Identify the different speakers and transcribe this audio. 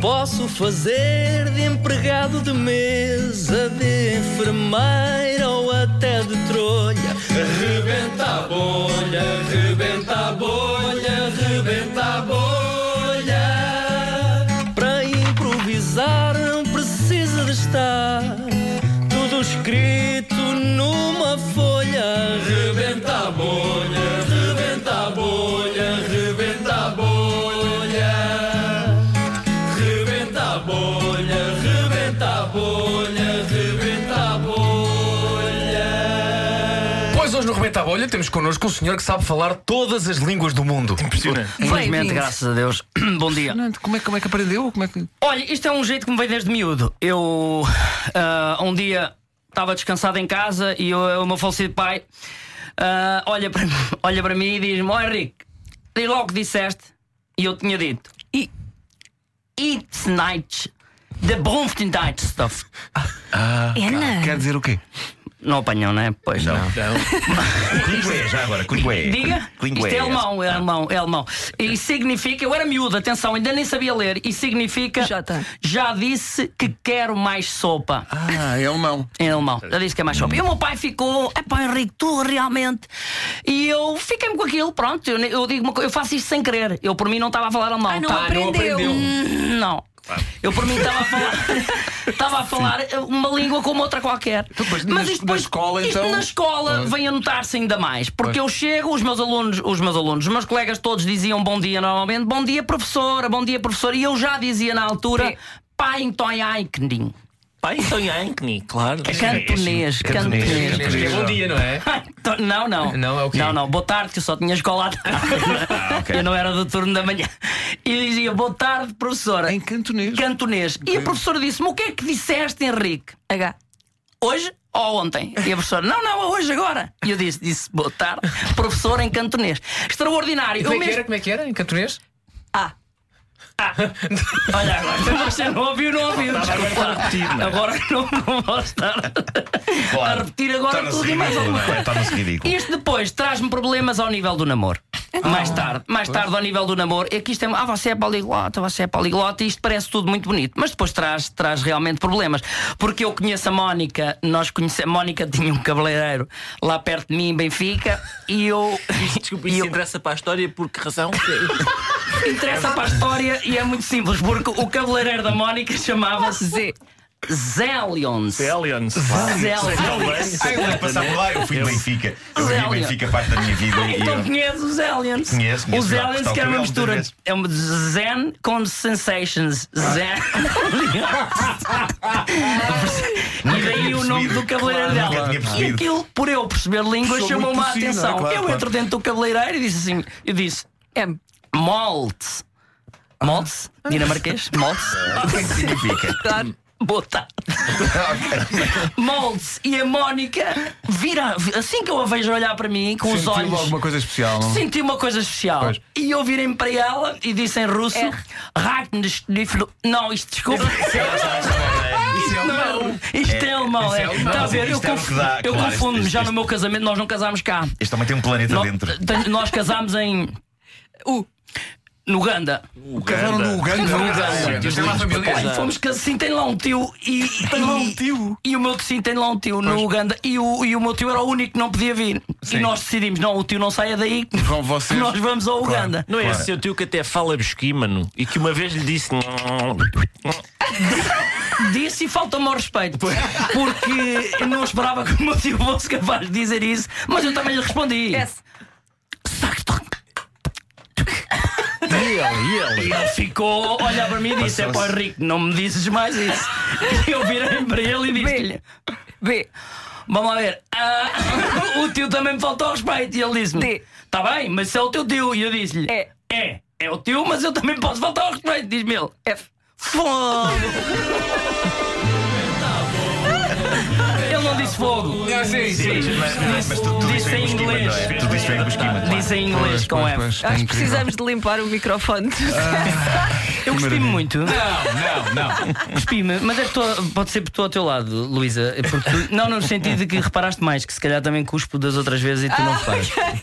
Speaker 1: Posso fazer de empregado de mesa, de enfermeira ou até de trolha.
Speaker 2: Rebenta a bolha, rebenta a bolha, rebenta a bolha.
Speaker 1: Para improvisar não precisa de estar tudo escrito numa folha.
Speaker 2: Rebenta a bolha, rebenta a bolha, rebenta a bolha. Rebenta a bolha, rebenta a bolha, rebenta a bolha.
Speaker 3: Pois hoje no Rebenta a Bolha temos connosco um senhor que sabe falar todas as línguas do mundo.
Speaker 4: Impressionante.
Speaker 5: Felizmente,
Speaker 6: Bem-vindos.
Speaker 5: graças a Deus. Bom dia.
Speaker 3: Fernando, como é, como é que aprendeu? Como é que...
Speaker 5: Olha, isto é um jeito que me veio desde miúdo. Eu ah, um dia estava descansado em casa e o, o meu falecido pai ah, olha, para, olha para mim e diz-me: Ó Henrique, diz logo que disseste. E eu tinha dito: "E- It's night. The Bonfim night stuff.
Speaker 6: Ana,
Speaker 3: Quer dizer o quê?
Speaker 5: Não apanham, né? Pois não.
Speaker 4: Clingué, já agora, Ah. Clingué.
Speaker 5: Diga?
Speaker 4: Clingué.
Speaker 5: Isto é alemão, é alemão, é alemão. E significa, eu era miúdo, atenção, ainda nem sabia ler. E significa.
Speaker 6: Já tá.
Speaker 5: "Já disse que quero mais sopa.
Speaker 3: Ah, é alemão.
Speaker 5: Em alemão. Já disse que é mais sopa. E o meu pai ficou, é pá, Henrique, tu realmente. E eu fiquei-me com aquilo, pronto. Eu, ne- eu digo uma coisa, eu faço isto sem querer. Eu por mim não estava a falar alemão.
Speaker 6: Ah, não
Speaker 5: tá?
Speaker 6: aprendeu.
Speaker 5: Hum, Não. Eu por mim estava a falar estava a falar uma língua como outra qualquer.
Speaker 3: pois, Então, na- na escola,
Speaker 5: isto
Speaker 3: então-
Speaker 5: na escola
Speaker 3: Ah.
Speaker 5: vem a notar-se ainda mais, porque eu chego, os meus alunos, os meus alunos, os meus colegas todos diziam bom dia normalmente, bom dia professora, bom dia professora, e eu já dizia na altura,
Speaker 6: Sim.
Speaker 5: pai então ai que nem."
Speaker 4: Pai, então Yankni, claro.
Speaker 5: É cantonês,
Speaker 4: Cantonês.
Speaker 5: cantonês.
Speaker 3: Mas que é bom dia, não é?
Speaker 5: Tô- Não, não.
Speaker 3: Não, é o quê? Ah,
Speaker 5: Não, não. Boa tarde, que eu só tinha escola à tarde. Eu não era do turno da manhã. E dizia, boa tarde, professora.
Speaker 3: Em cantonês.
Speaker 5: Cantonês. E a professora disse-me, o que é que disseste, Henrique?
Speaker 6: H.
Speaker 5: Hoje ou ontem? E a professora, não, não, hoje, agora. E eu disse, disse, boa tarde, professora em cantonês. Extraordinário.
Speaker 3: Como
Speaker 5: eu
Speaker 3: é que
Speaker 5: mesmo...
Speaker 3: era? Como é que era? Em cantonês?
Speaker 6: A.
Speaker 5: Olha, agora você não ouviu, não ouviu.
Speaker 4: agora a repetir, não é?
Speaker 5: Agora não, não vou estar a repetir agora tudo e mais alguma coisa.
Speaker 4: Torna-se ridículo.
Speaker 5: Isto depois traz-me problemas ao nível do namoro. mais tarde, mais tarde ao nível do namoro. Aqui isto é, ah, você é poliglota, você é poliglota, e isto parece tudo muito bonito, mas depois traz, traz realmente problemas. Porque eu conheço a Mónica, nós conhecemos, a Mónica tinha um cabeleireiro lá perto de mim em Benfica, e eu.
Speaker 4: Desculpa,
Speaker 5: e
Speaker 4: isso
Speaker 5: eu é
Speaker 4: interessa para a história por que razão?
Speaker 5: interessa para a história e é muito simples, porque o cabeleireiro da Mónica chamava-se
Speaker 6: Z.
Speaker 5: Zélions.
Speaker 4: Aliens.
Speaker 5: Zélions.
Speaker 4: Ah,
Speaker 7: Eu ia passar por lá, eu fui de Benfica. Eu fui de
Speaker 5: Zélia.
Speaker 7: Benfica parte da minha vida e
Speaker 5: Então
Speaker 7: eu.
Speaker 5: conheces os aliens?
Speaker 7: Conheço, conheço.
Speaker 5: Os
Speaker 7: Já,
Speaker 5: aliens
Speaker 7: gostava
Speaker 5: que era uma
Speaker 7: de ver
Speaker 5: mistura.
Speaker 7: algumas
Speaker 5: É um Zen com sensations. Zen. e daí o nome do cabeleireiro
Speaker 7: Claro,
Speaker 5: dela.
Speaker 7: nunca tinha
Speaker 5: E
Speaker 7: percebido.
Speaker 5: aquilo, por eu perceber língua,
Speaker 3: Puxou
Speaker 5: chamou-me
Speaker 3: muito
Speaker 5: a
Speaker 3: por cima,
Speaker 5: atenção.
Speaker 3: claro,
Speaker 5: eu
Speaker 3: claro.
Speaker 5: entro dentro do cabeleireiro e disse assim: eu disse,
Speaker 6: M.
Speaker 5: Moltz. Moltz? Dinamarquês? Moltz?
Speaker 7: O que é que significa?
Speaker 6: Claro.
Speaker 5: Boa tarde. Moltz e a Mónica vira, assim que eu a vejo olhar para mim com os
Speaker 3: Sentiu
Speaker 5: olhos.
Speaker 3: alguma coisa especial, não?
Speaker 5: Senti uma coisa especial.
Speaker 3: Pois.
Speaker 5: E eu virei-me para ela e disse em russo:
Speaker 6: R.
Speaker 5: Ragnisniflu. Não, isto desculpa.
Speaker 7: é Isso é uma-
Speaker 5: Não, isto é alemão.
Speaker 7: é
Speaker 5: é.
Speaker 7: alemão.
Speaker 5: Está a ver? Eu,
Speaker 7: Isto é o
Speaker 5: conf-
Speaker 7: que dá,
Speaker 5: eu
Speaker 7: claro,
Speaker 5: confundo-me.
Speaker 7: isto-
Speaker 5: Já
Speaker 7: isto-
Speaker 5: no meu casamento, nós não casámos cá.
Speaker 7: Este também tem um planeta
Speaker 5: Nó-
Speaker 7: dentro.
Speaker 5: ten- Nós casámos em.
Speaker 6: U.
Speaker 5: No Ganda.
Speaker 3: Casaram no Uganda.
Speaker 5: No
Speaker 3: Ah,
Speaker 5: Uganda.
Speaker 3: Deus,
Speaker 7: é
Speaker 3: tem lá família.
Speaker 5: Olha, fomos que assim tem lá um tio e. Tem
Speaker 3: lá um tio?
Speaker 5: E o meu sim tem lá um tio no Uganda e o, e o meu tio era o único que não podia vir. E nós decidimos: não, o tio não saia daí, que
Speaker 3: Vão vocês.
Speaker 5: nós vamos ao Uganda.
Speaker 4: Não é esse seu tio que até fala mano e que uma vez lhe disse.
Speaker 5: Disse e falta-me ao respeito. Porque eu não esperava que o meu tio fosse capaz de dizer isso, mas eu também lhe respondi.
Speaker 6: S.
Speaker 4: E ele,
Speaker 5: E ele ficou a olhar para mim e disse: É pá, Henrique, não me dizes mais isso. E eu virei para ele e disse-lhe:
Speaker 6: B.
Speaker 5: Vamos lá ver, ah, o tio também me faltou ao respeito. E ele disse-me:
Speaker 6: D.
Speaker 5: Está bem, mas se é o teu tio. E eu disse-lhe:
Speaker 6: É.
Speaker 5: é, é o teu, mas eu também posso faltar ao respeito. Diz-me ele:
Speaker 6: F.
Speaker 5: Fogo! Ele não disse fogo.
Speaker 3: Ah, sim, sim.
Speaker 7: Mas, mas, mas tu, tudo isto
Speaker 5: Disse
Speaker 7: é
Speaker 5: em
Speaker 7: em Busquima, não é?
Speaker 5: inglês.
Speaker 7: Tudo isto é em Busquima. claro.
Speaker 5: Disse em inglês com
Speaker 3: Pois,
Speaker 5: F.
Speaker 3: pois, é
Speaker 6: Acho que
Speaker 3: incrível.
Speaker 6: precisamos de limpar o microfone.
Speaker 5: Eu gostei-me muito.
Speaker 3: Não, não, não.
Speaker 5: Cuspi-me, mas é que tô- pode ser porque estou ao teu lado, Luísa. é porque tu- não, no sentido de que reparaste mais, que se calhar também cuspo das outras vezes e tu não reparas.